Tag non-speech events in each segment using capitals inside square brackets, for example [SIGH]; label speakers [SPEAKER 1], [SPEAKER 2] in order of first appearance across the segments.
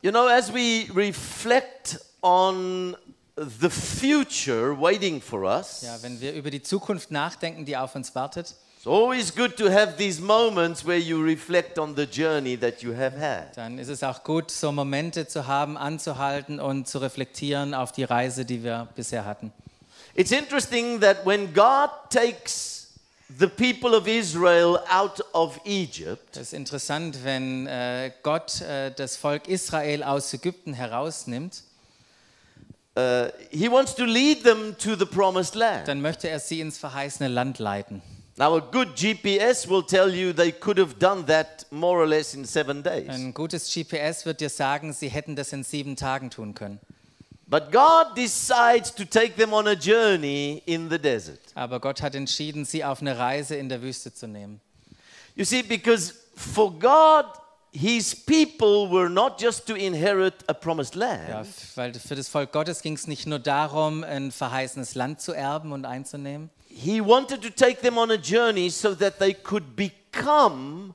[SPEAKER 1] You know, as we reflect on the future waiting for us,
[SPEAKER 2] Ja, wenn wir über die Zukunft nachdenken, die auf uns wartet,
[SPEAKER 1] it's always good to have these moments where you reflect on the journey that you have had.
[SPEAKER 2] dann ist es auch gut, so Momente zu haben, anzuhalten und zu reflektieren auf die Reise, die wir bisher hatten.
[SPEAKER 1] It's interesting that when God takes the people of Israel out of Egypt,
[SPEAKER 2] Es ist interessant, wenn äh, Gott äh, das Volk Israel aus Ägypten herausnimmt,
[SPEAKER 1] uh, He wants to lead them to the promised land.
[SPEAKER 2] dann möchte er sie ins verheißene Land leiten.
[SPEAKER 1] Now, a good GPS will tell you they could have done that more or less in seven days.
[SPEAKER 2] Ein gutes GPS wird dir sagen, sie hätten das in sieben Tagen tun können.
[SPEAKER 1] But God decides to take them on a journey in the desert.
[SPEAKER 2] Aber Gott hat entschieden, sie auf eine Reise in der Wüste zu nehmen.
[SPEAKER 1] You see, because for God, His people were not just to inherit a promised land,
[SPEAKER 2] Ja, f- weil für das Volk Gottes ging es nicht nur darum, ein verheißenes Land zu erben und einzunehmen.
[SPEAKER 1] He wanted to take them on a journey so that they could become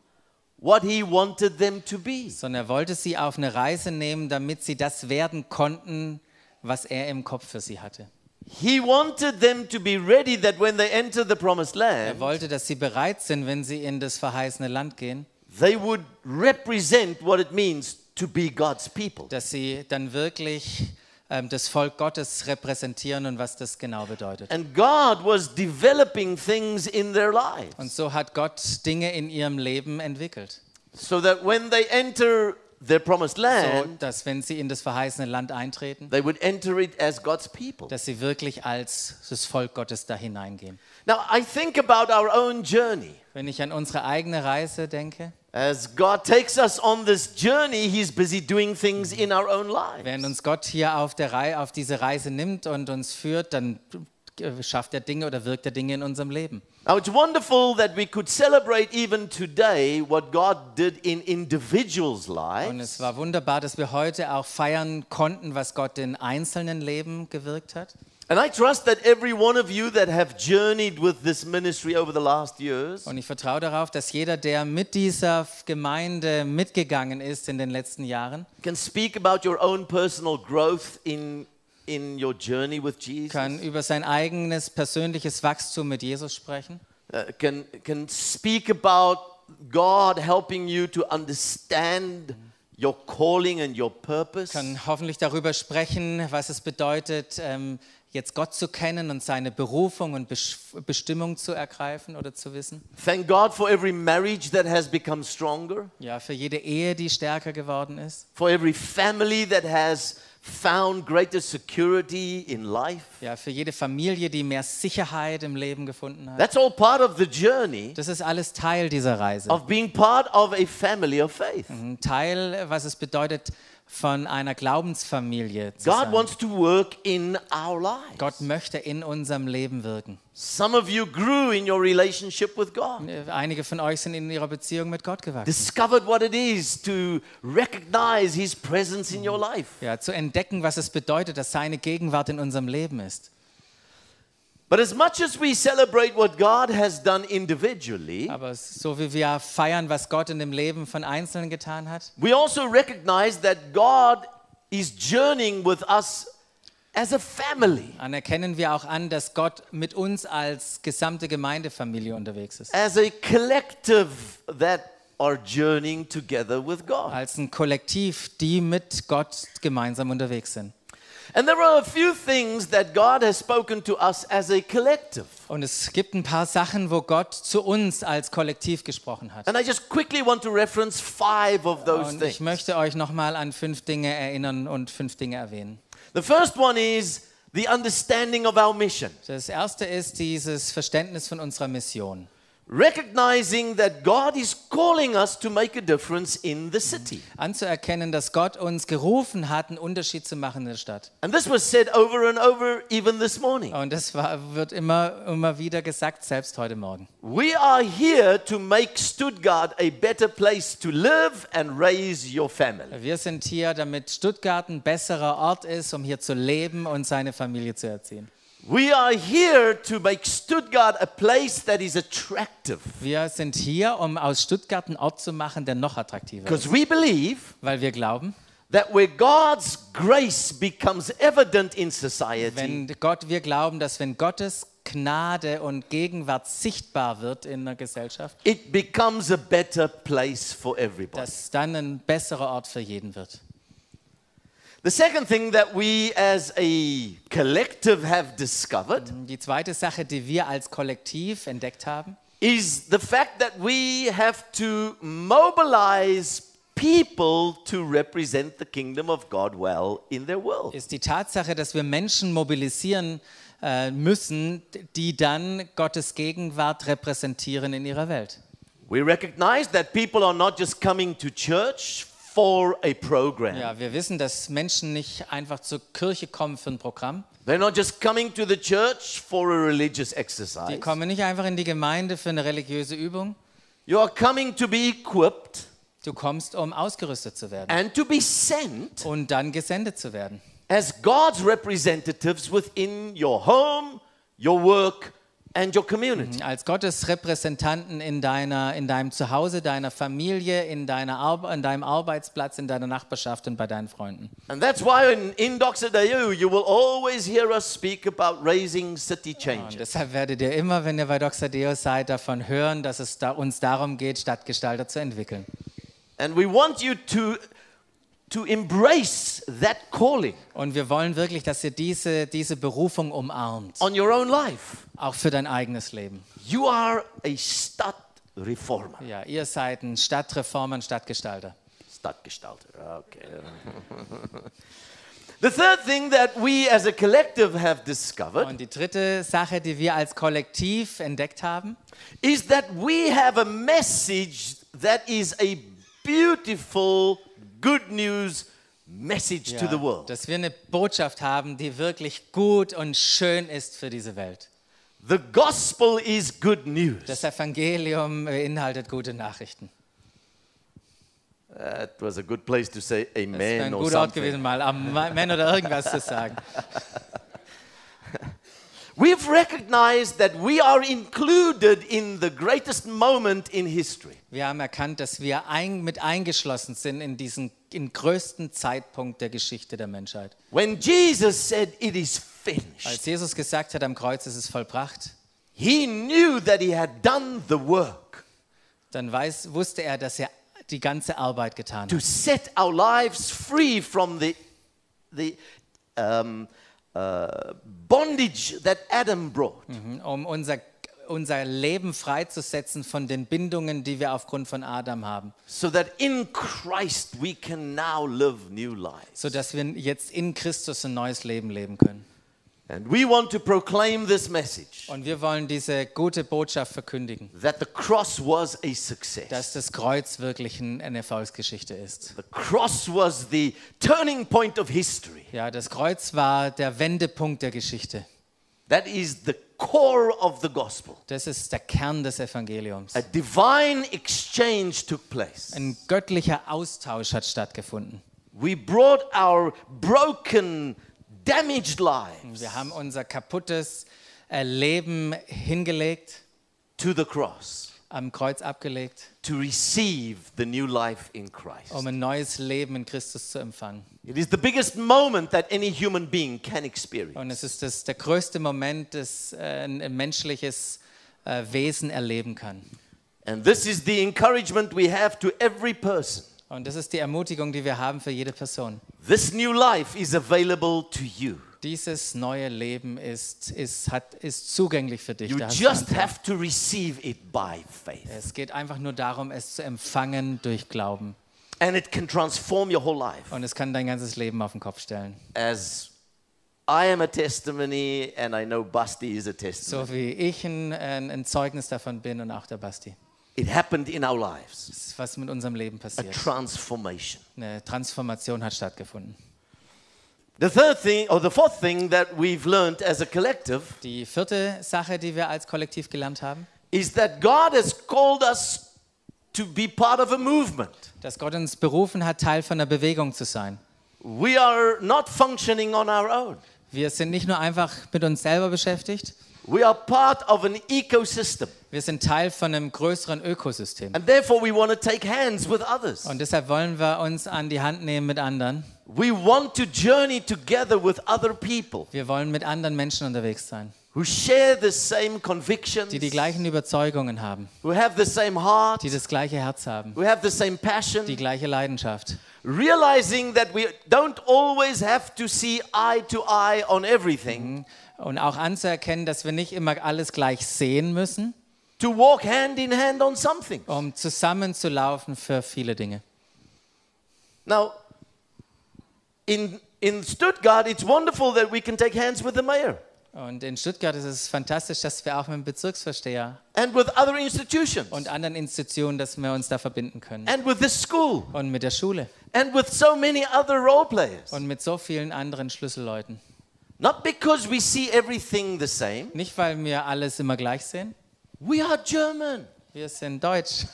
[SPEAKER 1] what He wanted them to be.
[SPEAKER 2] sondern er wollte sie auf eine Reise nehmen, damit sie das werden konnten, was er im Kopf für sie hatte.
[SPEAKER 1] He wanted them to be ready that when they enter the promised
[SPEAKER 2] Er
[SPEAKER 1] land,
[SPEAKER 2] wollte, dass sie bereit sind, wenn sie in das verheißene Land gehen,
[SPEAKER 1] they would represent what it means to be God's people.
[SPEAKER 2] dass sie dann wirklich ähm, das Volk Gottes repräsentieren und was das genau bedeutet.
[SPEAKER 1] And God was developing things in their
[SPEAKER 2] Und
[SPEAKER 1] lives
[SPEAKER 2] so hat Gott Dinge in ihrem Leben entwickelt,
[SPEAKER 1] so that when they enter their promised
[SPEAKER 2] so
[SPEAKER 1] land,
[SPEAKER 2] dass wenn sie in das verheißene Land eintreten,
[SPEAKER 1] they would enter it as God's people.
[SPEAKER 2] dass sie wirklich als das Volk Gottes da hineingehen.
[SPEAKER 1] Now, I think about our own journey.
[SPEAKER 2] Wenn ich an unsere eigene Reise denke,
[SPEAKER 1] As God takes us on this journey, He's busy doing things in our own
[SPEAKER 2] Während
[SPEAKER 1] lives.
[SPEAKER 2] uns Gott hier auf, der Rei auf diese Reise nimmt und uns führt, dann äh, schafft er Dinge oder wirkt er Dinge in unserem Leben.
[SPEAKER 1] Now, it's wonderful that we could celebrate even today what God did in individuals'
[SPEAKER 2] Und
[SPEAKER 1] lives.
[SPEAKER 2] es war wunderbar, dass wir heute auch feiern konnten, was Gott in einzelnen Leben gewirkt hat.
[SPEAKER 1] And I trust that every one of you that have journeyed with this ministry over the last years
[SPEAKER 2] Und ich vertraue darauf, dass jeder, der mit dieser F- Gemeinde mitgegangen ist in den letzten Jahren,
[SPEAKER 1] can speak about your own personal growth in, in your journey with Jesus,
[SPEAKER 2] kann über sein eigenes persönliches Wachstum mit Jesus sprechen,
[SPEAKER 1] uh, can, can speak about God helping you to understand your calling and your purpose.
[SPEAKER 2] kann hoffentlich darüber sprechen, was es bedeutet, ähm, jetzt Gott zu kennen und seine Berufung und Besch- Bestimmung zu ergreifen oder zu wissen.
[SPEAKER 1] Thank God for every marriage that has become stronger,
[SPEAKER 2] Ja, für jede Ehe, die stärker geworden ist.
[SPEAKER 1] for every family that has found greater security in life.
[SPEAKER 2] Ja, für jede Familie, die mehr Sicherheit im Leben gefunden hat.
[SPEAKER 1] That's all part of the journey
[SPEAKER 2] Das ist alles Teil dieser Reise.
[SPEAKER 1] of being part of a family of faith.
[SPEAKER 2] Ein Teil, was es bedeutet, von einer Glaubensfamilie zu
[SPEAKER 1] God
[SPEAKER 2] sein.
[SPEAKER 1] wants to work in our lives.
[SPEAKER 2] Gott möchte in unserem Leben wirken.
[SPEAKER 1] Some of you grew in your relationship with God,
[SPEAKER 2] Einige von euch sind in ihrer Beziehung mit Gott gewachsen.
[SPEAKER 1] discovered what it is to recognize His presence in your life.
[SPEAKER 2] Ja, zu entdecken, was es bedeutet, dass seine Gegenwart in unserem Leben ist.
[SPEAKER 1] But as much as we celebrate what God has done individually,
[SPEAKER 2] Aber so wie wir feiern, was Gott in dem Leben von Einzelnen getan hat,
[SPEAKER 1] We also recognize that God is journeying with us as a family,
[SPEAKER 2] anerkennen wir auch an, dass Gott mit uns als gesamte Gemeindefamilie unterwegs ist.
[SPEAKER 1] as a collective that are journeying together with God.
[SPEAKER 2] Als ein Kollektiv, die mit Gott gemeinsam unterwegs sind.
[SPEAKER 1] And there are a few things that God has spoken to us as a collective.
[SPEAKER 2] Und es gibt ein paar Sachen, wo Gott zu uns als Kollektiv gesprochen hat.
[SPEAKER 1] And I just quickly want to reference five of those
[SPEAKER 2] Und ich
[SPEAKER 1] things.
[SPEAKER 2] möchte euch nochmal an fünf Dinge erinnern und fünf Dinge erwähnen.
[SPEAKER 1] The first one is the understanding of our mission,
[SPEAKER 2] Das erste ist dieses Verständnis von unserer Mission.
[SPEAKER 1] recognizing that God is calling us to make a difference in the city.
[SPEAKER 2] Anzuerkennen, dass Gott uns gerufen hat, einen Unterschied zu machen in der Stadt.
[SPEAKER 1] And this was said over and over, even this morning.
[SPEAKER 2] Und das war, wird immer, immer wieder gesagt, selbst heute Morgen.
[SPEAKER 1] We are here to make Stuttgart a better place to live and raise your family.
[SPEAKER 2] Wir sind hier, damit Stuttgart ein besserer Ort ist, um hier zu leben und seine Familie zu erziehen.
[SPEAKER 1] We are here to make Stuttgart a place that is attractive
[SPEAKER 2] Wir sind hier, um aus Stuttgart einen Ort zu machen, der noch attraktiver ist.
[SPEAKER 1] because we believe
[SPEAKER 2] Weil wir glauben,
[SPEAKER 1] that where God's grace becomes evident in society,
[SPEAKER 2] Wenn Gott, wir glauben, dass wenn Gottes Gnade und Gegenwart sichtbar wird in der Gesellschaft,
[SPEAKER 1] it becomes a better place for everybody.
[SPEAKER 2] dass dann ein besserer Ort für jeden wird.
[SPEAKER 1] The second thing that we as a collective have discovered
[SPEAKER 2] Die zweite Sache, die wir als Kollektiv entdeckt haben,
[SPEAKER 1] is the fact that we have to mobilize people to represent the kingdom of God well in their world.
[SPEAKER 2] ist die Tatsache, dass wir Menschen mobilisieren äh, müssen, die dann Gottes Gegenwart repräsentieren in ihrer Welt.
[SPEAKER 1] We recognize that people are not just coming to church for a program.
[SPEAKER 2] Ja, wir wissen, dass Menschen nicht einfach zur Kirche kommen für ein Programm.
[SPEAKER 1] They're not just coming to the church for a religious
[SPEAKER 2] Die
[SPEAKER 1] exercise.
[SPEAKER 2] kommen nicht einfach in die Gemeinde für eine religiöse Übung.
[SPEAKER 1] You are coming to be equipped
[SPEAKER 2] Du kommst, um ausgerüstet zu werden
[SPEAKER 1] and to be sent
[SPEAKER 2] und dann gesendet zu werden.
[SPEAKER 1] as God's representatives within your home, your work, and your community.
[SPEAKER 2] Als Gottes Repräsentanten in, deiner, in deinem Zuhause, deiner Familie, in, deiner Arbe- in deinem Arbeitsplatz, in deiner Nachbarschaft und bei deinen Freunden.
[SPEAKER 1] And that's why in, in Doxadeu, you will always hear us speak about raising city
[SPEAKER 2] Und
[SPEAKER 1] changes.
[SPEAKER 2] deshalb werdet ihr immer, wenn ihr bei Doxadeo seid, davon hören, dass es da uns darum geht, Stadtgestalter zu entwickeln.
[SPEAKER 1] And we want you to, to embrace that calling
[SPEAKER 2] Und wir wollen wirklich, dass ihr diese, diese Berufung umarmt,
[SPEAKER 1] on your own life.
[SPEAKER 2] auch für dein eigenes Leben.
[SPEAKER 1] You are a Stadtreformer.
[SPEAKER 2] Ja, ihr seid ein Stadtreformer, ein Stadtgestalter.
[SPEAKER 1] Stadtgestalter. Okay. [LAUGHS] the third thing that we as a collective have discovered
[SPEAKER 2] Und die dritte Sache, die wir als Kollektiv entdeckt haben,
[SPEAKER 1] is that we have a message that is a beautiful good news message to the world.
[SPEAKER 2] dass wir eine Botschaft haben, die wirklich gut und schön ist für diese Welt.
[SPEAKER 1] The gospel is good news.
[SPEAKER 2] Das Evangelium beinhaltet gute Nachrichten.
[SPEAKER 1] That was a good place to say
[SPEAKER 2] Das wäre
[SPEAKER 1] amen
[SPEAKER 2] ein
[SPEAKER 1] or
[SPEAKER 2] guter Ort
[SPEAKER 1] something.
[SPEAKER 2] gewesen, mal Amen oder irgendwas zu sagen.
[SPEAKER 1] We've recognized that we are included in the greatest moment in history.
[SPEAKER 2] Wir haben erkannt, dass wir ein, mit eingeschlossen sind in diesen in größten Zeitpunkt der Geschichte der Menschheit.
[SPEAKER 1] When Jesus said, It is finished,
[SPEAKER 2] Als Jesus gesagt hat, am Kreuz ist es vollbracht,
[SPEAKER 1] he knew that he had done the work
[SPEAKER 2] dann weiß, wusste er, dass er die ganze Arbeit getan
[SPEAKER 1] to
[SPEAKER 2] hat,
[SPEAKER 1] set our lives free from the, the um, uh, bondage that Adam brought.
[SPEAKER 2] um unser, unser Leben freizusetzen von den Bindungen, die wir aufgrund von Adam haben,
[SPEAKER 1] So that in Christ we can now live new lives.
[SPEAKER 2] sodass wir jetzt in Christus ein neues Leben leben können.
[SPEAKER 1] And we want to proclaim this message
[SPEAKER 2] Und wir wollen diese gute Botschaft verkündigen,
[SPEAKER 1] that the cross was a success.
[SPEAKER 2] dass das Kreuz wirklich ein, eine Erfolgsgeschichte ist.
[SPEAKER 1] The cross was the turning point of history.
[SPEAKER 2] Ja, das Kreuz war der Wendepunkt der Geschichte.
[SPEAKER 1] That is the core of the gospel.
[SPEAKER 2] Das ist der Kern des Evangeliums.
[SPEAKER 1] A divine exchange took place.
[SPEAKER 2] Ein göttlicher Austausch hat stattgefunden.
[SPEAKER 1] We brought our broken, damaged lives
[SPEAKER 2] Wir haben unser kaputtes äh, Leben hingelegt,
[SPEAKER 1] to the cross
[SPEAKER 2] am Kreuz abgelegt,
[SPEAKER 1] to receive the new life in Christ.
[SPEAKER 2] um ein neues Leben in Christus zu empfangen.
[SPEAKER 1] It is the biggest moment that any human being can experience.
[SPEAKER 2] Und es ist das, der größte Moment, das äh, ein ein menschliches äh, Wesen erleben kann.
[SPEAKER 1] And this is the encouragement we have to every person.
[SPEAKER 2] Und das ist die Ermutigung, die wir haben für jede Person.
[SPEAKER 1] This new life is available to you.
[SPEAKER 2] Dieses neue Leben ist, ist, hat, ist zugänglich für dich.
[SPEAKER 1] You
[SPEAKER 2] Da hast du
[SPEAKER 1] just
[SPEAKER 2] Anteil.
[SPEAKER 1] have to receive it by faith.
[SPEAKER 2] Es geht einfach nur darum, es zu empfangen durch Glauben.
[SPEAKER 1] And it can transform your whole life.
[SPEAKER 2] Und es kann dein ganzes Leben auf den Kopf stellen.
[SPEAKER 1] As I am a testimony, and I know Basti is a testimony.
[SPEAKER 2] So wie ich ein, ein, ein Zeugnis davon bin und auch der Basti.
[SPEAKER 1] it happened in our lives.
[SPEAKER 2] Das ist, was mit unserem Leben
[SPEAKER 1] a
[SPEAKER 2] passiert.
[SPEAKER 1] transformation.
[SPEAKER 2] Eine Transformation hat stattgefunden.
[SPEAKER 1] The third thing, or the fourth thing that we've learned as a collective,
[SPEAKER 2] Die vierte Sache, die wir als Kollektiv gelernt haben,
[SPEAKER 1] is that God has called us to be part of a movement.
[SPEAKER 2] dass Gott uns berufen hat, Teil von einer Bewegung zu sein.
[SPEAKER 1] We are not functioning on our own.
[SPEAKER 2] Wir sind nicht nur einfach mit uns selber beschäftigt,
[SPEAKER 1] We are part of an ecosystem.
[SPEAKER 2] Wir sind Teil von einem größeren Ökosystem.
[SPEAKER 1] And therefore, we want to take hands with others.
[SPEAKER 2] Und deshalb wollen wir uns an die Hand nehmen mit anderen.
[SPEAKER 1] We want to journey together with other people
[SPEAKER 2] Wir wollen mit anderen Menschen unterwegs sein,
[SPEAKER 1] who share the same convictions,
[SPEAKER 2] die die gleichen Überzeugungen haben,
[SPEAKER 1] who have the same heart,
[SPEAKER 2] die das gleiche Herz haben,
[SPEAKER 1] who have the same passion,
[SPEAKER 2] die gleiche Leidenschaft.
[SPEAKER 1] realizing that we don't always have to see eye to eye on everything.
[SPEAKER 2] Und auch anzuerkennen, dass wir nicht immer alles gleich sehen müssen,
[SPEAKER 1] To walk hand in hand on something.
[SPEAKER 2] um zusammenzulaufen für viele Dinge.
[SPEAKER 1] Now, in in Stuttgart, it's wonderful that we can take hands with the mayor
[SPEAKER 2] Und in Stuttgart ist es fantastisch, dass wir auch mit dem Bezirksversteher
[SPEAKER 1] and with other institutions
[SPEAKER 2] und anderen Institutionen, dass wir uns da verbinden können.
[SPEAKER 1] and with this school
[SPEAKER 2] Und mit der Schule
[SPEAKER 1] and with so many other role players.
[SPEAKER 2] und mit so vielen anderen Schlüsselleuten.
[SPEAKER 1] Not because we see everything the same.
[SPEAKER 2] Nicht, weil wir alles immer gleich sehen.
[SPEAKER 1] We are German.
[SPEAKER 2] Wir sind deutsch.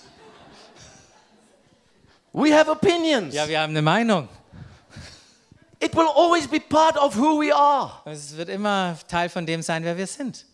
[SPEAKER 1] We have opinions.
[SPEAKER 2] Ja, wir haben eine Meinung.
[SPEAKER 1] It will always be part of who we are.
[SPEAKER 2] Es wird immer Teil von dem sein, wer wir sind.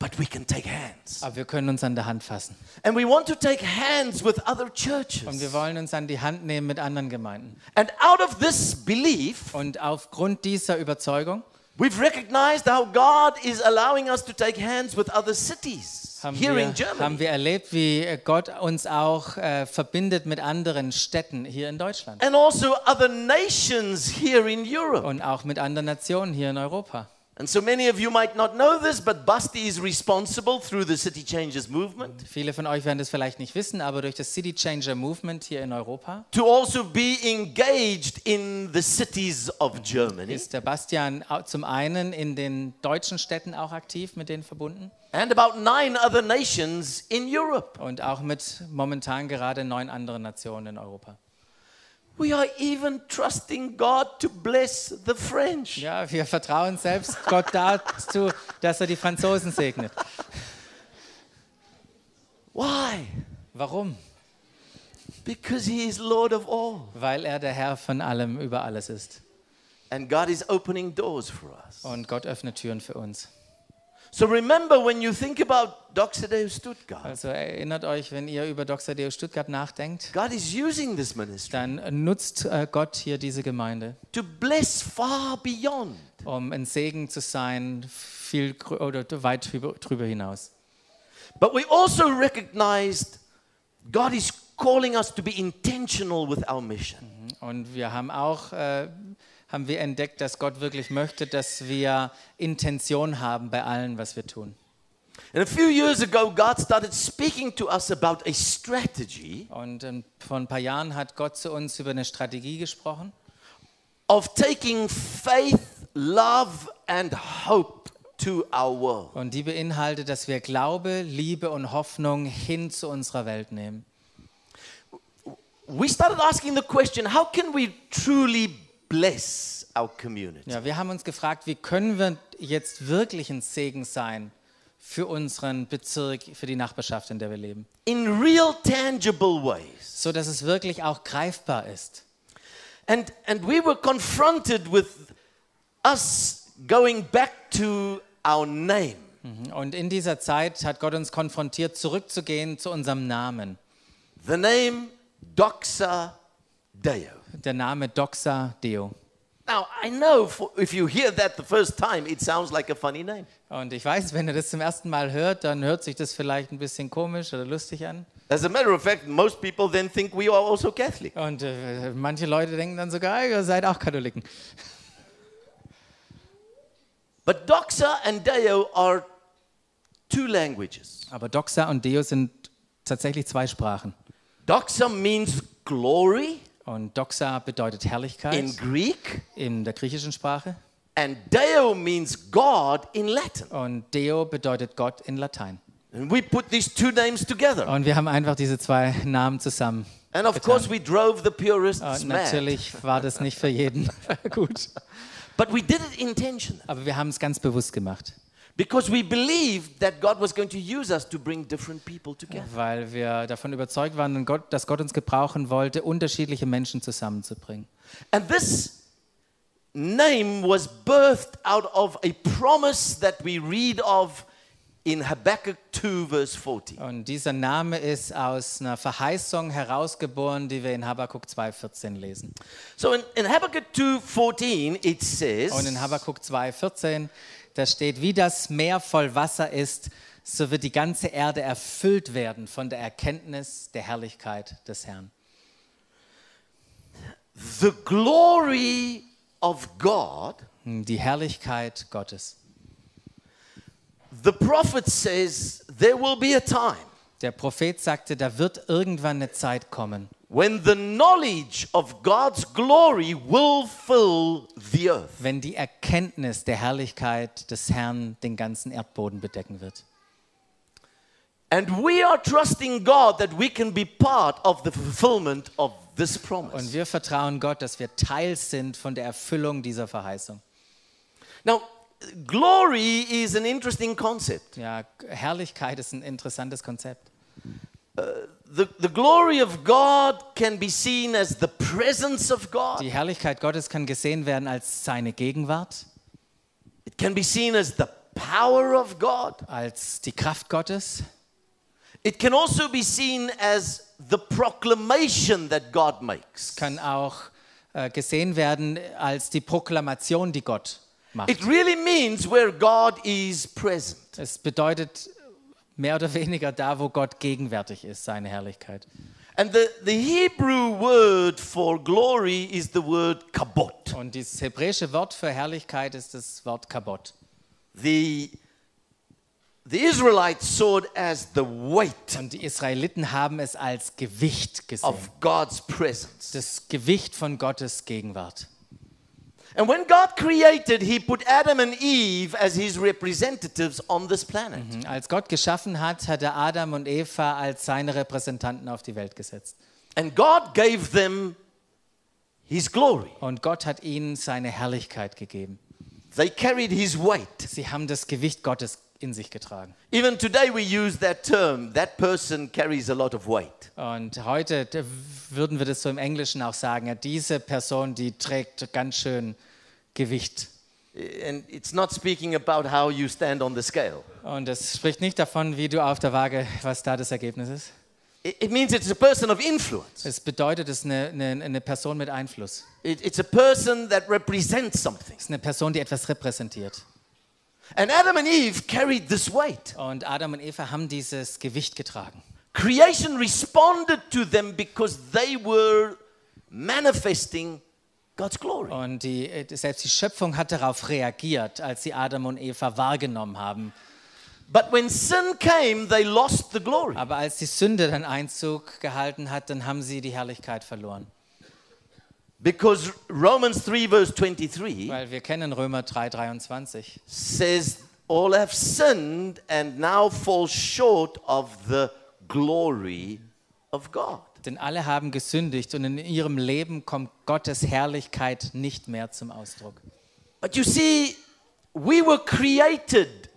[SPEAKER 1] But we can take hands.
[SPEAKER 2] Aber wir können uns an der Hand fassen.
[SPEAKER 1] And we want to take hands with other
[SPEAKER 2] Und
[SPEAKER 1] churches.
[SPEAKER 2] wir wollen uns an die Hand nehmen mit anderen Gemeinden.
[SPEAKER 1] And out of this belief,
[SPEAKER 2] Und aufgrund dieser Überzeugung
[SPEAKER 1] we've recognized how God is allowing us to take hands with other cities
[SPEAKER 2] haben
[SPEAKER 1] here
[SPEAKER 2] wir,
[SPEAKER 1] in Germany.
[SPEAKER 2] haben wir erlebt, wie äh, Gott uns auch äh, verbindet mit anderen Städten hier in Deutschland.
[SPEAKER 1] and also other nations here in Europe.
[SPEAKER 2] Und auch mit anderen Nationen hier in Europa.
[SPEAKER 1] And so many of you might not know this, but Basti is responsible through the City Changes movement
[SPEAKER 2] Viele von euch werden das vielleicht nicht wissen, aber durch das City Changer Movement hier in Europa
[SPEAKER 1] to also be engaged in the cities of Germany.
[SPEAKER 2] ist der Bastian au- zum einen in den deutschen Städten auch aktiv mit denen verbunden
[SPEAKER 1] and about nine other nations in Europe.
[SPEAKER 2] und auch mit momentan gerade neun anderen Nationen in Europa.
[SPEAKER 1] We are even trusting God to bless the French.
[SPEAKER 2] Ja, wir vertrauen
[SPEAKER 1] [LAUGHS]
[SPEAKER 2] selbst Gott dazu, dass er die Franzosen segnet.
[SPEAKER 1] Why?
[SPEAKER 2] Warum?
[SPEAKER 1] Because He is Lord of all.
[SPEAKER 2] Weil er der Herr von allem über alles ist.
[SPEAKER 1] And God is opening doors for us.
[SPEAKER 2] Und Gott öffnet Türen für uns.
[SPEAKER 1] So remember when you think about Doxideo Stuttgart,
[SPEAKER 2] Also erinnert euch, wenn ihr über Doxadeo Stuttgart nachdenkt,
[SPEAKER 1] God is using this ministry
[SPEAKER 2] dann nutzt äh, Gott hier diese Gemeinde,
[SPEAKER 1] to bless far beyond.
[SPEAKER 2] um ein Segen zu sein, viel grö- oder weit drüber, drüber hinaus.
[SPEAKER 1] But we also recognized God is calling us to be intentional with our
[SPEAKER 2] Mm-hmm. Mhm.
[SPEAKER 1] mission.
[SPEAKER 2] Und wir haben auch äh, haben wir entdeckt, dass Gott wirklich möchte, dass wir Intention haben bei allem, was wir tun.
[SPEAKER 1] And a few years ago, God started speaking to us about a strategy
[SPEAKER 2] Und ähm, vor ein paar Jahren hat Gott zu uns über eine Strategie gesprochen,
[SPEAKER 1] of taking faith, love, and hope to our world.
[SPEAKER 2] und die beinhaltet, dass wir Glaube, Liebe und Hoffnung hin zu unserer Welt nehmen.
[SPEAKER 1] We started asking the question how can we truly bless our community?
[SPEAKER 2] Ja, wir haben uns gefragt, wie können wir jetzt wirklich ein Segen sein für unseren Bezirk, für die Nachbarschaft, in der wir leben,
[SPEAKER 1] In real, tangible ways.
[SPEAKER 2] so dass es wirklich auch greifbar ist.
[SPEAKER 1] And, and we were confronted with us going back to our name.
[SPEAKER 2] Mhm. Und in dieser Zeit hat Gott uns konfrontiert, zurückzugehen zu unserem Namen.
[SPEAKER 1] The name Doxa Deo.
[SPEAKER 2] Der Name Doxa Deo.
[SPEAKER 1] Now, I know for, if you hear that the first time, it sounds like a funny name.
[SPEAKER 2] Und ich weiß, wenn ihr das zum ersten Mal hört, dann hört sich das vielleicht ein bisschen komisch oder lustig an.
[SPEAKER 1] As a matter of fact, most people then think we are also Catholic.
[SPEAKER 2] Und äh, manche Leute denken dann sogar, "Ah, ihr seid auch Katholiken.
[SPEAKER 1] But Doxa and Deo are two languages.
[SPEAKER 2] Aber Doxa und Deo sind tatsächlich zwei Sprachen.
[SPEAKER 1] Doxa means glory
[SPEAKER 2] Und Doxa bedeutet Herrlichkeit
[SPEAKER 1] in Greek,
[SPEAKER 2] in der griechischen Sprache
[SPEAKER 1] and Deo means God in Latin.
[SPEAKER 2] und Deo bedeutet Gott in Latein.
[SPEAKER 1] And we put these two names together.
[SPEAKER 2] Und wir haben einfach diese zwei [LAUGHS] Namen zusammen.
[SPEAKER 1] And of
[SPEAKER 2] um,
[SPEAKER 1] course, we drove the purists
[SPEAKER 2] Und
[SPEAKER 1] mad.
[SPEAKER 2] natürlich war das nicht für jeden gut.
[SPEAKER 1] But we did it intentionally
[SPEAKER 2] Aber wir haben es ganz bewusst gemacht,
[SPEAKER 1] because we believed that God was going to use us to bring different people together.
[SPEAKER 2] weil wir davon überzeugt waren, dass Gott- dass Gott uns gebrauchen wollte, unterschiedliche Menschen zusammenzubringen.
[SPEAKER 1] And this name was birthed out of a promise that we read of in Habakkuk 2, verse 40.
[SPEAKER 2] Und dieser Name ist aus einer Verheißung herausgeboren, die wir in Habakkuk 2,14 lesen.
[SPEAKER 1] So in, in Habakkuk 2:14 it says,
[SPEAKER 2] Und Oh, in Habakkuk 2,14, da steht, wie das Meer voll Wasser ist, so wird die ganze Erde erfüllt werden von der Erkenntnis der Herrlichkeit des Herrn.
[SPEAKER 1] "The glory of God."
[SPEAKER 2] Die Herrlichkeit Gottes.
[SPEAKER 1] The prophet says, "There will be a time
[SPEAKER 2] Der Prophet sagte, da wird irgendwann eine Zeit kommen,
[SPEAKER 1] when the knowledge of God's glory will fill the earth."
[SPEAKER 2] wenn die Erkenntnis der Herrlichkeit des Herrn den ganzen Erdboden bedecken wird.
[SPEAKER 1] And we are trusting God that we can be part of the fulfillment of this promise.
[SPEAKER 2] Und wir vertrauen Gott, dass wir Teil sind von der Erfüllung dieser Verheißung.
[SPEAKER 1] Now, glory is an interesting concept.
[SPEAKER 2] Ja, Herrlichkeit ist ein interessantes Konzept.
[SPEAKER 1] The, the glory of God can be seen as the presence of God,
[SPEAKER 2] Die Herrlichkeit Gottes kann gesehen werden als seine Gegenwart,
[SPEAKER 1] it can be seen as the power of God,
[SPEAKER 2] als die Kraft Gottes.
[SPEAKER 1] it can also be seen as the proclamation that God makes.
[SPEAKER 2] kann auch äh, gesehen werden als die Proklamation, die Gott macht.
[SPEAKER 1] It really means where God is present.
[SPEAKER 2] Es bedeutet mehr oder weniger da, wo Gott gegenwärtig ist, seine Herrlichkeit.
[SPEAKER 1] And the, the Hebrew word for glory is the word kabot.
[SPEAKER 2] Und dieses hebräische Wort für Herrlichkeit ist das Wort Kabot.
[SPEAKER 1] the the Israelites saw it as the weight
[SPEAKER 2] Und die Israeliten haben es als Gewicht gesehen.
[SPEAKER 1] of God's presence.
[SPEAKER 2] Das Gewicht von Gottes Gegenwart.
[SPEAKER 1] And when God created, He put Adam and Eve as His representatives on this planet.
[SPEAKER 2] Hm, Als Gott geschaffen hat, hat er Adam und Eva als seine Repräsentanten auf die Welt gesetzt.
[SPEAKER 1] And God gave them His glory.
[SPEAKER 2] Und Gott hat ihnen seine Herrlichkeit gegeben.
[SPEAKER 1] They carried His weight.
[SPEAKER 2] Sie haben das Gewicht Gottes in sich getragen.
[SPEAKER 1] Even today, we use that term that person carries a lot of weight.
[SPEAKER 2] Und heute d- würden wir das so im Englischen auch sagen, ja, diese Person, die trägt ganz schön Gewicht.
[SPEAKER 1] And it's not speaking about how you stand on the scale.
[SPEAKER 2] Und das spricht nicht davon, wie du auf der Waage, was da das Ergebnis ist.
[SPEAKER 1] It it means it's a person of influence.
[SPEAKER 2] Es bedeutet, es ist eine, eine, eine Person mit Einfluss.
[SPEAKER 1] It- It's a person that represents something.
[SPEAKER 2] Es ist eine Person, die etwas repräsentiert.
[SPEAKER 1] And Adam and Eve carried this weight.
[SPEAKER 2] Und Adam und Eva haben dieses Gewicht getragen.
[SPEAKER 1] Creation responded to them because they were manifesting God's glory.
[SPEAKER 2] Und die, äh, selbst die Schöpfung hat darauf reagiert, als sie Adam und Eva wahrgenommen haben.
[SPEAKER 1] But when sin came, they lost the glory.
[SPEAKER 2] Aber als die Sünde dann Einzug gehalten hat, dann haben sie die Herrlichkeit verloren.
[SPEAKER 1] Because Romans 3, verse 23
[SPEAKER 2] Weil wir kennen Römer 3, 23.
[SPEAKER 1] says, All have sinned and now fall short of the glory of God.
[SPEAKER 2] Denn alle haben gesündigt und in ihrem Leben kommt Gottes Herrlichkeit nicht mehr zum Ausdruck.
[SPEAKER 1] But you see, we were created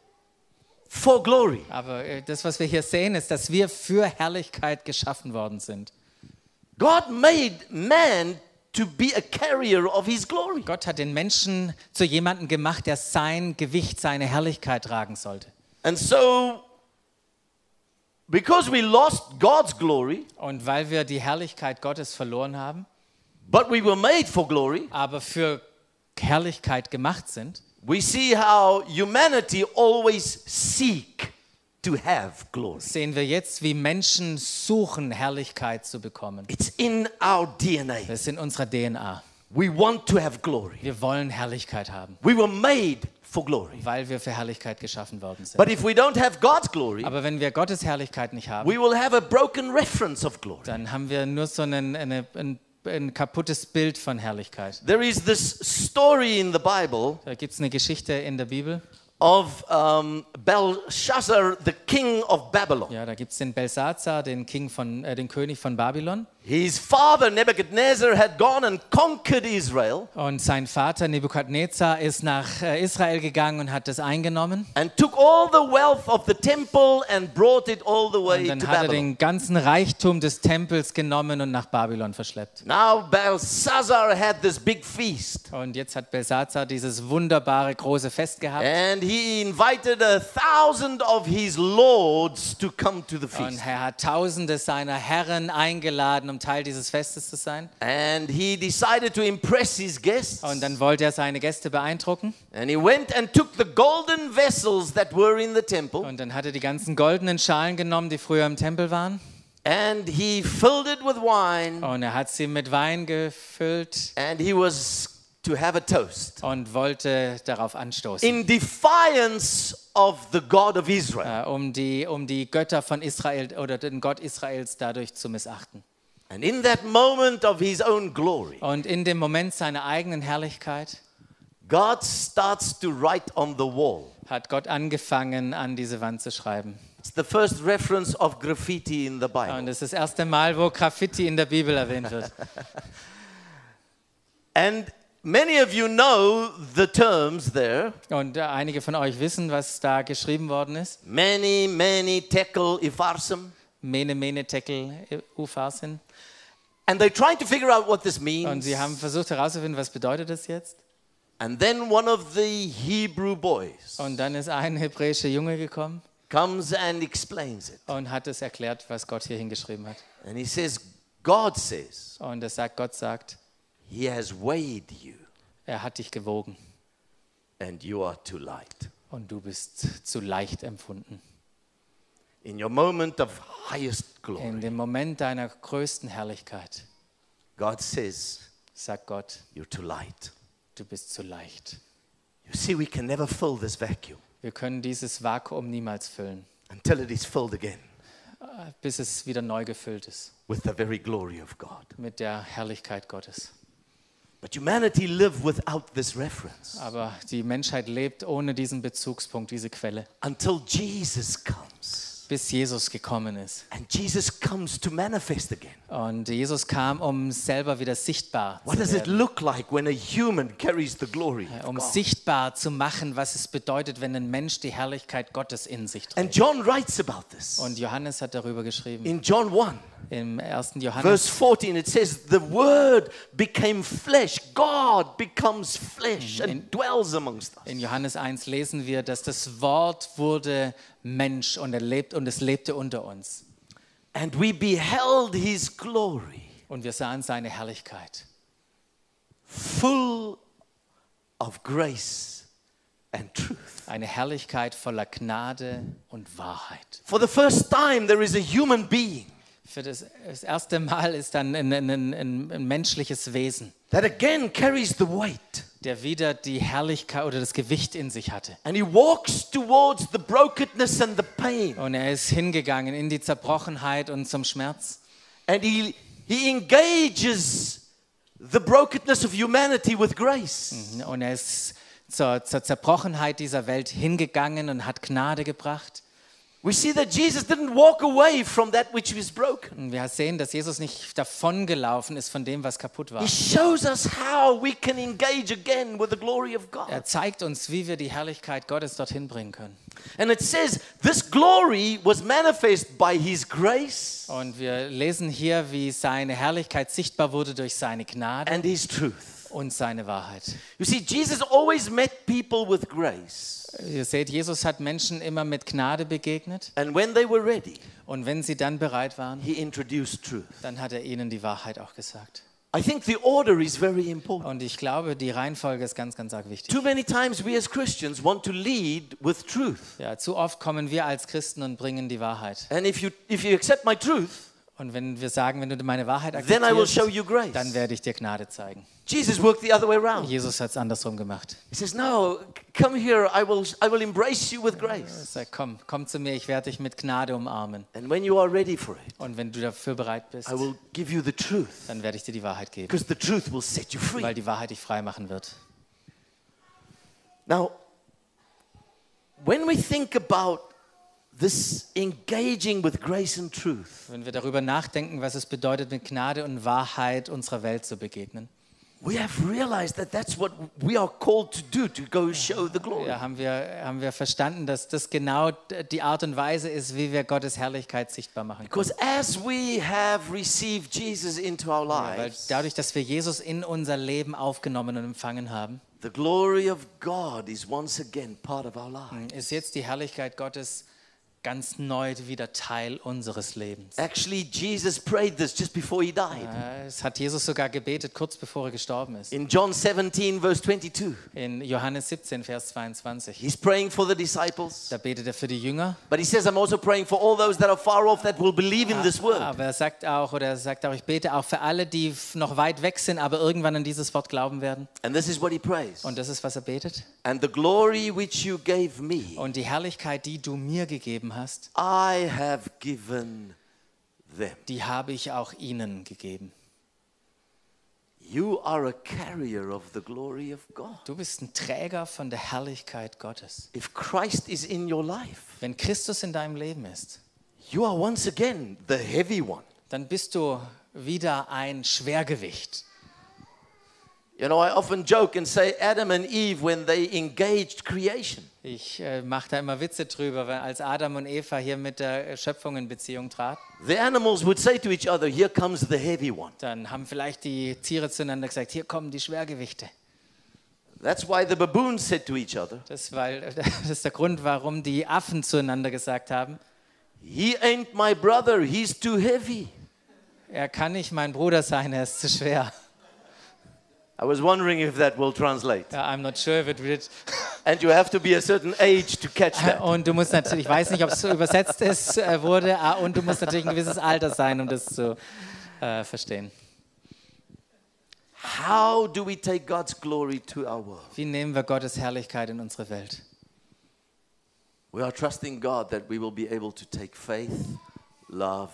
[SPEAKER 1] for glory.
[SPEAKER 2] Aber äh, das, was wir hier sehen, ist, dass wir für Herrlichkeit geschaffen worden sind.
[SPEAKER 1] God made man to be a carrier of his glory.
[SPEAKER 2] Gott hat den Menschen zu jemandem gemacht, der sein Gewicht, seine Herrlichkeit tragen sollte.
[SPEAKER 1] And so, because we lost God's glory,
[SPEAKER 2] Und weil wir die Herrlichkeit Gottes verloren haben,
[SPEAKER 1] but we were made for glory,
[SPEAKER 2] aber für Herrlichkeit gemacht sind,
[SPEAKER 1] we see how humanity always seek to have glory.
[SPEAKER 2] sehen wir jetzt, wie Menschen suchen, Herrlichkeit zu bekommen.
[SPEAKER 1] It's in our DNA.
[SPEAKER 2] Das ist in unserer DNA.
[SPEAKER 1] We want to have glory.
[SPEAKER 2] Wir wollen Herrlichkeit haben,
[SPEAKER 1] We were made for glory.
[SPEAKER 2] weil wir für Herrlichkeit geschaffen worden sind.
[SPEAKER 1] But if we don't have God's glory,
[SPEAKER 2] Aber wenn wir Gottes Herrlichkeit nicht haben,
[SPEAKER 1] we will have a broken reference of glory.
[SPEAKER 2] dann haben wir nur so einen, eine, ein, ein kaputtes Bild von Herrlichkeit.
[SPEAKER 1] There is this story in the Bible
[SPEAKER 2] Da gibt es eine Geschichte in der Bibel
[SPEAKER 1] of um, Belshazzar, the king of Babylon.
[SPEAKER 2] Ja, da gibt es den Belsazar, den, King von, äh, den König von Babylon.
[SPEAKER 1] His father Nebuchadnezzar had gone and conquered Israel
[SPEAKER 2] Und sein Vater Nebukadnezar ist nach äh, Israel gegangen und hat das eingenommen.
[SPEAKER 1] and took all the wealth of the temple and brought it all the way
[SPEAKER 2] Und
[SPEAKER 1] to
[SPEAKER 2] dann hat er
[SPEAKER 1] Babylon.
[SPEAKER 2] den ganzen Reichtum des Tempels genommen und nach Babylon verschleppt.
[SPEAKER 1] Now Belshazzar had this big feast
[SPEAKER 2] Und jetzt hat Belsazar dieses wunderbare große Fest gehabt.
[SPEAKER 1] and he invited a thousand of his lords to come to the
[SPEAKER 2] Und
[SPEAKER 1] feast.
[SPEAKER 2] er hat Tausende seiner Herren eingeladen, um Teil dieses Festes zu sein.
[SPEAKER 1] And he decided to impress his guests.
[SPEAKER 2] Und dann wollte er seine Gäste beeindrucken.
[SPEAKER 1] And he went and took the golden vessels that were in the temple
[SPEAKER 2] Und dann hat er die ganzen goldenen Schalen genommen, die früher im Tempel waren.
[SPEAKER 1] and he filled it with wine
[SPEAKER 2] Und er hat sie mit Wein gefüllt
[SPEAKER 1] and he was to have a toast
[SPEAKER 2] und wollte darauf anstoßen,
[SPEAKER 1] in defiance of the God of Israel.
[SPEAKER 2] äh, um, die, um die Götter von Israel oder den Gott Israels dadurch zu missachten.
[SPEAKER 1] And in that moment of his own glory,
[SPEAKER 2] Und in dem Moment seiner eigenen Herrlichkeit
[SPEAKER 1] God starts to write on the wall.
[SPEAKER 2] hat Gott angefangen, an diese Wand zu schreiben.
[SPEAKER 1] It's the first reference of graffiti in the
[SPEAKER 2] Und
[SPEAKER 1] Bible.
[SPEAKER 2] das ist das erste Mal, wo Graffiti in der Bibel erwähnt wird.
[SPEAKER 1] And many of you know the terms there.
[SPEAKER 2] Und äh, einige von euch wissen, was da geschrieben worden ist.
[SPEAKER 1] Many, many tekel ifarsum.
[SPEAKER 2] Mene, Mene, Tekel, äh, Ufasin.
[SPEAKER 1] And they're trying to figure out what this
[SPEAKER 2] Und
[SPEAKER 1] means.
[SPEAKER 2] sie haben versucht herauszufinden, was bedeutet das jetzt.
[SPEAKER 1] And then one of the Hebrew boys
[SPEAKER 2] Und dann ist ein hebräischer Junge gekommen
[SPEAKER 1] comes and explains it.
[SPEAKER 2] und hat es erklärt, was Gott hier hingeschrieben hat.
[SPEAKER 1] And he says, God says,
[SPEAKER 2] Und es sagt, Gott sagt,
[SPEAKER 1] He has weighed you,
[SPEAKER 2] er hat dich gewogen
[SPEAKER 1] and you are too light.
[SPEAKER 2] und du bist zu leicht empfunden.
[SPEAKER 1] In your moment of highest
[SPEAKER 2] In
[SPEAKER 1] glory,
[SPEAKER 2] dem Moment deiner größten Herrlichkeit
[SPEAKER 1] God says,
[SPEAKER 2] sagt Gott,
[SPEAKER 1] You're too light.
[SPEAKER 2] du bist zu leicht.
[SPEAKER 1] You see, we can never fill this vacuum
[SPEAKER 2] Wir können dieses Vakuum niemals füllen,
[SPEAKER 1] until it is filled again
[SPEAKER 2] äh, bis es wieder neu gefüllt ist
[SPEAKER 1] with the very glory of God.
[SPEAKER 2] mit der Herrlichkeit Gottes.
[SPEAKER 1] But humanity lived without this reference
[SPEAKER 2] Aber die Menschheit lebt ohne diesen Bezugspunkt, diese Quelle,
[SPEAKER 1] until Jesus comes.
[SPEAKER 2] bis Jesus gekommen ist.
[SPEAKER 1] And Jesus comes to manifest again.
[SPEAKER 2] Und Jesus kam, um selber wieder sichtbar
[SPEAKER 1] What
[SPEAKER 2] zu
[SPEAKER 1] does it
[SPEAKER 2] werden,
[SPEAKER 1] look like when a human carries the glory? of
[SPEAKER 2] um
[SPEAKER 1] God?
[SPEAKER 2] sichtbar zu machen, was es bedeutet, wenn ein Mensch die Herrlichkeit Gottes in sich trägt.
[SPEAKER 1] And John writes about this.
[SPEAKER 2] Und Johannes hat darüber geschrieben.
[SPEAKER 1] In John 1,
[SPEAKER 2] Im ersten Johannes
[SPEAKER 1] verse 14, it says, The Word became flesh. God becomes flesh and dwells amongst us.
[SPEAKER 2] in Johannes 1 lesen wir, dass das Wort wurde Mensch und er lebt und es lebte unter uns
[SPEAKER 1] And we beheld his glory,
[SPEAKER 2] und wir sahen seine Herrlichkeit,
[SPEAKER 1] full of grace and truth.
[SPEAKER 2] eine Herrlichkeit voller Gnade und Wahrheit.
[SPEAKER 1] For the first time, there is a human being
[SPEAKER 2] Für das, das erste Mal ist dann ein, ein, ein, ein, ein menschliches Wesen,
[SPEAKER 1] that again carries the weight.
[SPEAKER 2] der wieder die Herrlichkeit oder das Gewicht in sich hatte.
[SPEAKER 1] And he walks towards the brokenness and the pain.
[SPEAKER 2] Und er ist hingegangen in die Zerbrochenheit und zum Schmerz.
[SPEAKER 1] And he, he engages the brokenness of humanity with grace.
[SPEAKER 2] Und er ist zur, zur Zerbrochenheit dieser Welt hingegangen und hat Gnade gebracht.
[SPEAKER 1] We see that Jesus didn't walk away from that which was broken.
[SPEAKER 2] Und wir sehen, dass Jesus nicht davongelaufen ist von dem, was kaputt war.
[SPEAKER 1] He shows us how we can engage again with the glory of God.
[SPEAKER 2] Er zeigt uns, wie wir die Herrlichkeit Gottes dorthin bringen können.
[SPEAKER 1] And it says this glory was manifest by his grace
[SPEAKER 2] Und wir lesen hier, wie seine Herrlichkeit sichtbar wurde durch seine Gnade
[SPEAKER 1] and his truth.
[SPEAKER 2] und seine Wahrheit.
[SPEAKER 1] You see, Jesus always met people with grace.
[SPEAKER 2] Ihr seht, Jesus hat Menschen immer mit Gnade begegnet.
[SPEAKER 1] And when they were ready,
[SPEAKER 2] Und wenn sie dann bereit waren,
[SPEAKER 1] he introduced truth.
[SPEAKER 2] dann hat er ihnen die Wahrheit auch gesagt.
[SPEAKER 1] I think the order is very important.
[SPEAKER 2] Und ich glaube, die Reihenfolge ist ganz, ganz arg wichtig.
[SPEAKER 1] Too many times we as Christians want to lead with truth.
[SPEAKER 2] Ja, zu oft kommen wir als Christen und bringen die Wahrheit.
[SPEAKER 1] And if you, if you accept my truth,
[SPEAKER 2] Und wenn wir sagen, wenn du meine Wahrheit
[SPEAKER 1] then I will show
[SPEAKER 2] akzeptierst,
[SPEAKER 1] you grace.
[SPEAKER 2] dann werde ich dir Gnade zeigen.
[SPEAKER 1] Jesus worked the other way around.
[SPEAKER 2] Jesus hat es andersrum gemacht.
[SPEAKER 1] He says, No, c- come here, I will, I will embrace you with
[SPEAKER 2] Er
[SPEAKER 1] grace.
[SPEAKER 2] sagt, komm, komm zu mir, ich werde dich mit Gnade umarmen.
[SPEAKER 1] And when you are ready for it,
[SPEAKER 2] Und wenn du dafür bereit bist,
[SPEAKER 1] I will give you the truth,
[SPEAKER 2] dann werde ich dir die Wahrheit geben,
[SPEAKER 1] because the truth will set you
[SPEAKER 2] weil
[SPEAKER 1] free.
[SPEAKER 2] die Wahrheit dich frei machen wird.
[SPEAKER 1] Now, When we think about this engaging with grace and truth,
[SPEAKER 2] Wenn wir darüber nachdenken, was es bedeutet, mit Gnade und Wahrheit unserer Welt zu begegnen,
[SPEAKER 1] we have realized that that's what we are called to do to go show the glory.
[SPEAKER 2] ja, haben, wir, haben wir verstanden, dass das genau d- die Art und Weise ist, wie wir Gottes Herrlichkeit sichtbar machen können.
[SPEAKER 1] Because as we have received Jesus into our
[SPEAKER 2] Weil
[SPEAKER 1] lives,
[SPEAKER 2] dadurch, dass wir Jesus in unser Leben aufgenommen und empfangen haben,
[SPEAKER 1] the glory of God is once again part of our lives.
[SPEAKER 2] ist jetzt die Herrlichkeit Gottes ganz neu wieder Teil unseres Lebens.
[SPEAKER 1] Actually, Jesus prayed this just before he died.
[SPEAKER 2] Äh, Es hat Jesus sogar gebetet, kurz bevor er gestorben ist.
[SPEAKER 1] In John 17, verse 22,
[SPEAKER 2] In Johannes 17, Vers 22.
[SPEAKER 1] he's praying for the disciples,
[SPEAKER 2] Da betet er für die Jünger.
[SPEAKER 1] but he says, I'm also praying for all those that are far off that will believe in this word.
[SPEAKER 2] Ah, Aber er sagt auch, oder er sagt auch, ich bete auch für alle, die f- noch weit weg sind, aber irgendwann an dieses Wort glauben werden.
[SPEAKER 1] And this is what he prays.
[SPEAKER 2] Und das ist, was er betet.
[SPEAKER 1] And the glory which you gave me,
[SPEAKER 2] Und die Herrlichkeit, die du mir gegeben hast,
[SPEAKER 1] I have given them.
[SPEAKER 2] die habe ich auch ihnen gegeben.
[SPEAKER 1] You are a carrier of the glory of God.
[SPEAKER 2] Du bist ein Träger von der Herrlichkeit Gottes.
[SPEAKER 1] If Christ is in your life,
[SPEAKER 2] Wenn Christus in deinem Leben ist,
[SPEAKER 1] you are once again the heavy one.
[SPEAKER 2] dann bist du wieder ein Schwergewicht.
[SPEAKER 1] You know, I often joke and say Adam and Eve, when they engaged creation,
[SPEAKER 2] Ich äh, mache da immer Witze drüber, weil als Adam und Eva hier mit der Schöpfung in Beziehung traten,
[SPEAKER 1] the animals would say to each other, Here comes the heavy one.
[SPEAKER 2] dann haben vielleicht die Tiere zueinander gesagt, hier kommen die Schwergewichte.
[SPEAKER 1] That's why the baboons said to each other,
[SPEAKER 2] Das, weil, [LAUGHS] das ist der Grund, warum die Affen zueinander gesagt haben,
[SPEAKER 1] He ain't my brother, he's too heavy.
[SPEAKER 2] er kann nicht mein Bruder sein, er ist zu schwer.
[SPEAKER 1] I was wondering if that will translate.
[SPEAKER 2] Ja, I'm not sure if it read.
[SPEAKER 1] And you have to be a certain age to catch that.
[SPEAKER 2] [LAUGHS] Und du musst natürlich, ich weiß nicht, ob es so übersetzt ist, äh, wurde, ah, und du musst natürlich ein gewisses Alter sein, um das zu äh, verstehen.
[SPEAKER 1] How do we take God's glory to our world?
[SPEAKER 2] Wie nehmen wir Gottes Herrlichkeit in unsere Welt?
[SPEAKER 1] We are trusting God that we will be able to take faith, love,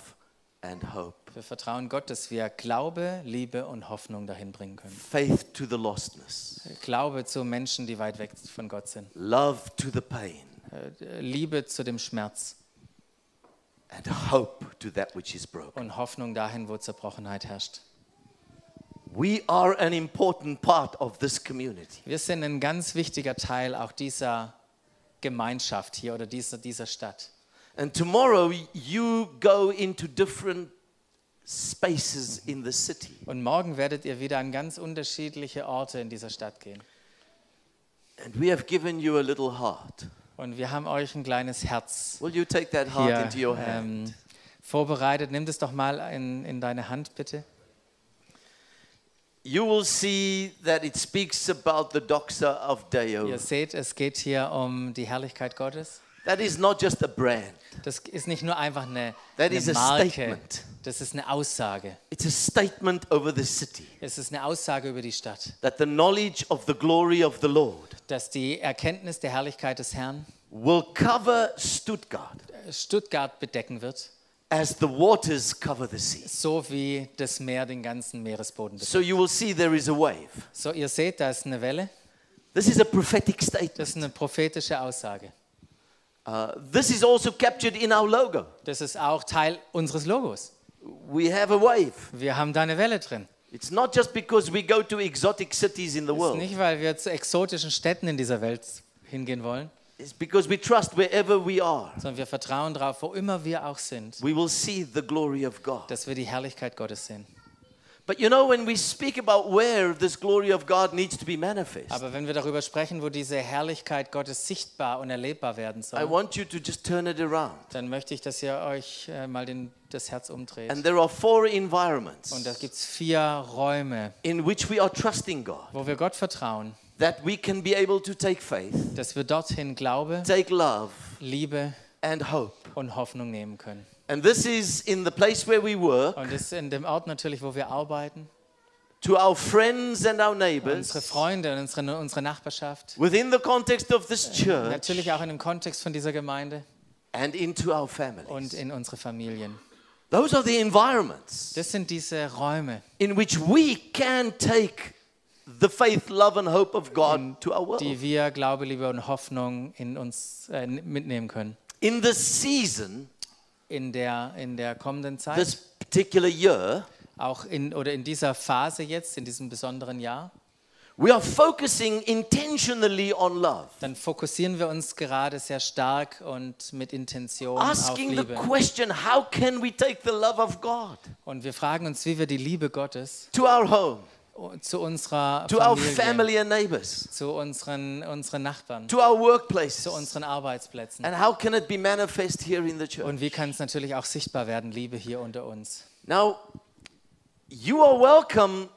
[SPEAKER 1] and hope.
[SPEAKER 2] Wir vertrauen Gott, dass wir Glaube, Liebe und Hoffnung dahin bringen können.
[SPEAKER 1] Faith to the lostness,
[SPEAKER 2] Glaube zu Menschen, die weit weg von Gott sind.
[SPEAKER 1] love to the pain,
[SPEAKER 2] Äh, Liebe zu dem Schmerz
[SPEAKER 1] and hope to that which is broken.
[SPEAKER 2] und Hoffnung dahin, wo Zerbrochenheit herrscht.
[SPEAKER 1] We are an important part of this community.
[SPEAKER 2] Wir sind ein ganz wichtiger Teil auch dieser Gemeinschaft hier oder dieser, dieser Stadt.
[SPEAKER 1] And tomorrow you go into different spaces in the city.
[SPEAKER 2] Und morgen werdet ihr wieder an ganz unterschiedliche Orte in dieser Stadt gehen.
[SPEAKER 1] And we have given you a little heart.
[SPEAKER 2] Und wir haben euch ein kleines Herz
[SPEAKER 1] Will you take that heart
[SPEAKER 2] hier
[SPEAKER 1] into your hand?
[SPEAKER 2] ähm, vorbereitet. Nimm das doch mal in, in deine Hand, bitte.
[SPEAKER 1] You will see that it speaks about the doxa of Deo.
[SPEAKER 2] Ihr seht, es geht hier um die Herrlichkeit Gottes.
[SPEAKER 1] That is not just a brand.
[SPEAKER 2] Das ist nicht nur einfach eine,
[SPEAKER 1] That
[SPEAKER 2] eine
[SPEAKER 1] is a
[SPEAKER 2] Marke,
[SPEAKER 1] statement.
[SPEAKER 2] das ist eine Aussage.
[SPEAKER 1] It's a statement over the city
[SPEAKER 2] Es ist eine Aussage über die Stadt,
[SPEAKER 1] that the knowledge of the glory of the Lord
[SPEAKER 2] dass die Erkenntnis der Herrlichkeit des Herrn äh,
[SPEAKER 1] will cover Stuttgart
[SPEAKER 2] Stuttgart bedecken wird,
[SPEAKER 1] as the waters cover the sea.
[SPEAKER 2] so wie das Meer den ganzen Meeresboden bedeckt.
[SPEAKER 1] So you will see there is a wave.
[SPEAKER 2] So, ihr seht, da ist eine Welle.
[SPEAKER 1] This is a prophetic
[SPEAKER 2] Das
[SPEAKER 1] statement.
[SPEAKER 2] ist eine prophetische Aussage.
[SPEAKER 1] Uh, this is also captured in our logo.
[SPEAKER 2] Das ist auch Teil unseres Logos.
[SPEAKER 1] We have a wave.
[SPEAKER 2] Wir haben da eine Welle drin.
[SPEAKER 1] It's not just because we go to exotic cities in the
[SPEAKER 2] Das ist
[SPEAKER 1] world.
[SPEAKER 2] nicht, weil wir zu exotischen Städten in dieser Welt hingehen wollen,
[SPEAKER 1] It's because we trust wherever we are,
[SPEAKER 2] sondern wir vertrauen darauf, wo immer wir auch sind,
[SPEAKER 1] we will see the glory of God.
[SPEAKER 2] dass wir die Herrlichkeit Gottes sehen.
[SPEAKER 1] But you know, when we speak about where this glory of God needs to be manifest,
[SPEAKER 2] Aber wenn wir darüber sprechen, wo diese Herrlichkeit Gottes sichtbar und erlebbar werden
[SPEAKER 1] I
[SPEAKER 2] soll,
[SPEAKER 1] want you to just turn it around.
[SPEAKER 2] dann möchte ich, dass ihr euch äh, mal den, das Herz umdreht.
[SPEAKER 1] And there are four environments
[SPEAKER 2] Und da gibt es vier Räume,
[SPEAKER 1] in which we are trusting God
[SPEAKER 2] wo wir Gott vertrauen,
[SPEAKER 1] that we can be able to take faith,
[SPEAKER 2] dass wir dorthin Glaube,
[SPEAKER 1] take love,
[SPEAKER 2] Liebe
[SPEAKER 1] and hope.
[SPEAKER 2] und Hoffnung nehmen können.
[SPEAKER 1] And this is in the place where we work,
[SPEAKER 2] Und das ist in dem Ort natürlich, wo wir arbeiten,
[SPEAKER 1] to our friends and our
[SPEAKER 2] unsere
[SPEAKER 1] neighbors,
[SPEAKER 2] Freunde und unsere, unsere Nachbarschaft,
[SPEAKER 1] within the context of this church,
[SPEAKER 2] natürlich auch in dem Kontext von dieser Gemeinde
[SPEAKER 1] and into our
[SPEAKER 2] und
[SPEAKER 1] families.
[SPEAKER 2] in unsere Familien.
[SPEAKER 1] Those are the environments
[SPEAKER 2] Das sind diese Räume,
[SPEAKER 1] in which we can take the faith, love, and hope of God to our world.
[SPEAKER 2] die wir Glaube, Liebe und Hoffnung in uns äh, mitnehmen können.
[SPEAKER 1] In this season,
[SPEAKER 2] In der, in der kommenden Zeit,
[SPEAKER 1] this particular year,
[SPEAKER 2] auch in, oder in dieser Phase jetzt, in diesem besonderen Jahr,
[SPEAKER 1] we are focusing intentionally on love,
[SPEAKER 2] dann fokussieren wir uns gerade sehr stark und mit Intention auf
[SPEAKER 1] asking the
[SPEAKER 2] Liebe.
[SPEAKER 1] question how can we take the love of God
[SPEAKER 2] Und wir fragen uns, wie wir die Liebe Gottes
[SPEAKER 1] to our home,
[SPEAKER 2] zu unserer
[SPEAKER 1] to our
[SPEAKER 2] Familie,
[SPEAKER 1] family and neighbors,
[SPEAKER 2] zu unseren, unseren Nachbarn,
[SPEAKER 1] to our workplace,
[SPEAKER 2] zu unseren Arbeitsplätzen.
[SPEAKER 1] and how can it be manifest here in the church?
[SPEAKER 2] Und wie kann es natürlich auch sichtbar werden, Liebe hier unter uns?
[SPEAKER 1] Now, you are welcome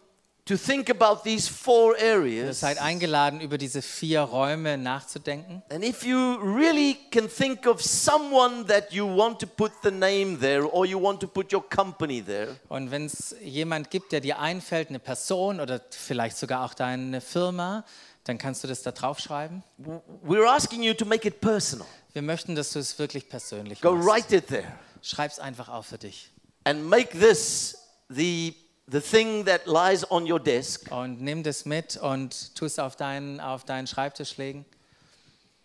[SPEAKER 1] to think about these four
[SPEAKER 2] Ihr
[SPEAKER 1] areas.
[SPEAKER 2] seid eingeladen, über diese vier Räume nachzudenken.
[SPEAKER 1] And if you really can think of someone that you want to put the name there or you want to put your company there,
[SPEAKER 2] Und wenn es jemand gibt, der dir einfällt, eine Person oder vielleicht sogar auch deine Firma, dann kannst du das da draufschreiben.
[SPEAKER 1] w- we're asking you to make it personal.
[SPEAKER 2] Wir möchten, dass du es wirklich persönlich
[SPEAKER 1] Go
[SPEAKER 2] machst.
[SPEAKER 1] write it there
[SPEAKER 2] Schreib's einfach auf für dich
[SPEAKER 1] and make this the, the thing that lies on your desk.
[SPEAKER 2] und nimm das mit und tu es auf deinen, auf deinen Schreibtisch legen.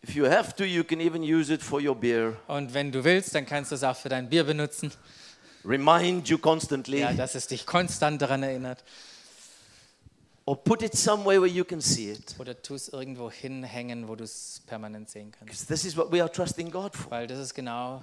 [SPEAKER 1] If you have to, you can even use it for your beer.
[SPEAKER 2] Und wenn du willst, dann kannst du es auch für dein Bier benutzen,
[SPEAKER 1] Remind you constantly
[SPEAKER 2] ja, dass es dich konstant daran erinnert.
[SPEAKER 1] or put it somewhere where you can see it.
[SPEAKER 2] Oder tu es irgendwo hinhängen, wo du es permanent sehen kannst.
[SPEAKER 1] Because this is what we are trusting God for
[SPEAKER 2] Weil das ist genau,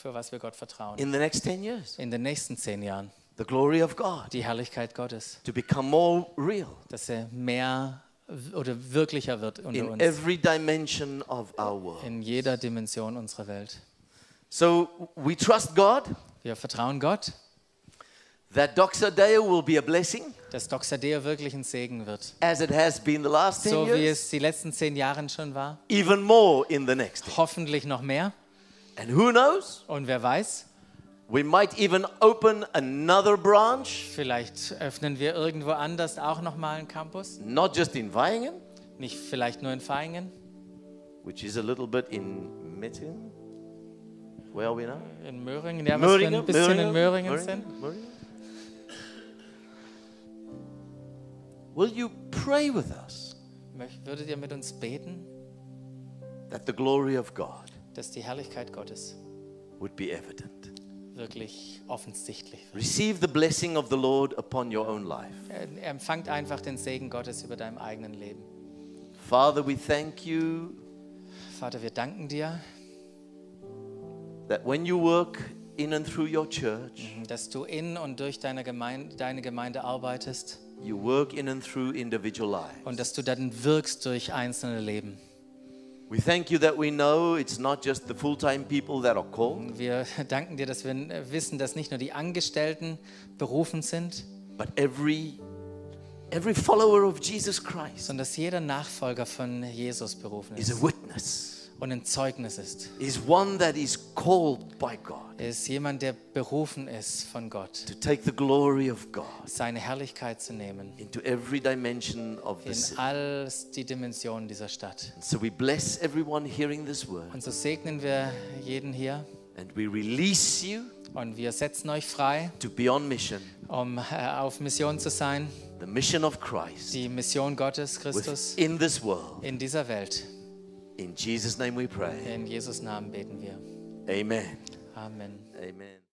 [SPEAKER 2] für was wir Gott vertrauen.
[SPEAKER 1] in the next 10 years
[SPEAKER 2] In den nächsten zehn Jahren
[SPEAKER 1] the glory of God
[SPEAKER 2] die Herrlichkeit Gottes.
[SPEAKER 1] to become more real.
[SPEAKER 2] dass er mehr w- oder wirklicher wird unter
[SPEAKER 1] in
[SPEAKER 2] uns
[SPEAKER 1] every dimension of our world.
[SPEAKER 2] in jeder Dimension unserer Welt.
[SPEAKER 1] So we trust God
[SPEAKER 2] Wir vertrauen Gott,
[SPEAKER 1] that Doxodeo will be a blessing
[SPEAKER 2] dass Doxadeo wirklich ein Segen wird.
[SPEAKER 1] as it has been the last 10
[SPEAKER 2] So wie
[SPEAKER 1] years,
[SPEAKER 2] es die letzten zehn Jahre schon war.
[SPEAKER 1] even more in the next.
[SPEAKER 2] Hoffentlich noch mehr.
[SPEAKER 1] And who knows?
[SPEAKER 2] Und wer weiß,
[SPEAKER 1] We might even open another branch,
[SPEAKER 2] vielleicht öffnen wir irgendwo anders auch nochmal einen Campus.
[SPEAKER 1] not just in Weingen,
[SPEAKER 2] Nicht vielleicht nur in Feingen,
[SPEAKER 1] which is a little bit in Metzingen. Where are we now?
[SPEAKER 2] in Möhringen. Ja, was wir ein bisschen in Möhringen sind.
[SPEAKER 1] Möhringen. Will you pray with us
[SPEAKER 2] Möcht- Würdet ihr mit uns beten,
[SPEAKER 1] that the glory of God
[SPEAKER 2] dass die Herrlichkeit Gottes
[SPEAKER 1] would be evident?
[SPEAKER 2] wirklich offensichtlich wird?
[SPEAKER 1] Receive the blessing of the Lord upon your own life.
[SPEAKER 2] Er- Ähm, Empfangt einfach den Segen Gottes über deinem eigenen Leben.
[SPEAKER 1] Father, we thank you
[SPEAKER 2] Vater, wir danken dir,
[SPEAKER 1] that when you work in and through your church,
[SPEAKER 2] dass du in und durch deine Gemeinde, deine Gemeinde arbeitest
[SPEAKER 1] you work in and through individual lives.
[SPEAKER 2] und dass du dann wirkst durch einzelne Leben.
[SPEAKER 1] We thank you that we know it's not just the full time people that are called,
[SPEAKER 2] Wir [LAUGHS] danken dir, dass wir äh, wissen, dass nicht nur die Angestellten berufen sind,
[SPEAKER 1] but every every follower of Jesus Christ
[SPEAKER 2] sondern dass jeder Nachfolger von Jesus berufen
[SPEAKER 1] is a
[SPEAKER 2] ist
[SPEAKER 1] witness,
[SPEAKER 2] und ein Zeugnis ist.
[SPEAKER 1] is one that is called by God
[SPEAKER 2] Er ist jemand, der berufen ist von Gott,
[SPEAKER 1] to take the glory of God
[SPEAKER 2] seine Herrlichkeit zu nehmen
[SPEAKER 1] into every dimension of the
[SPEAKER 2] in
[SPEAKER 1] city.
[SPEAKER 2] all die Dimensionen dieser Stadt.
[SPEAKER 1] And so we bless everyone hearing this word
[SPEAKER 2] Und so segnen wir jeden hier
[SPEAKER 1] and we release you
[SPEAKER 2] und wir setzen euch frei,
[SPEAKER 1] to be on mission,
[SPEAKER 2] um äh, auf Mission zu sein.
[SPEAKER 1] the mission of Christ
[SPEAKER 2] die Mission Gottes Christus
[SPEAKER 1] in this world.
[SPEAKER 2] in dieser Welt.
[SPEAKER 1] In Jesus' name we pray.
[SPEAKER 2] In Jesus Namen beten wir.
[SPEAKER 1] Amen.
[SPEAKER 2] Amen.
[SPEAKER 1] Amen.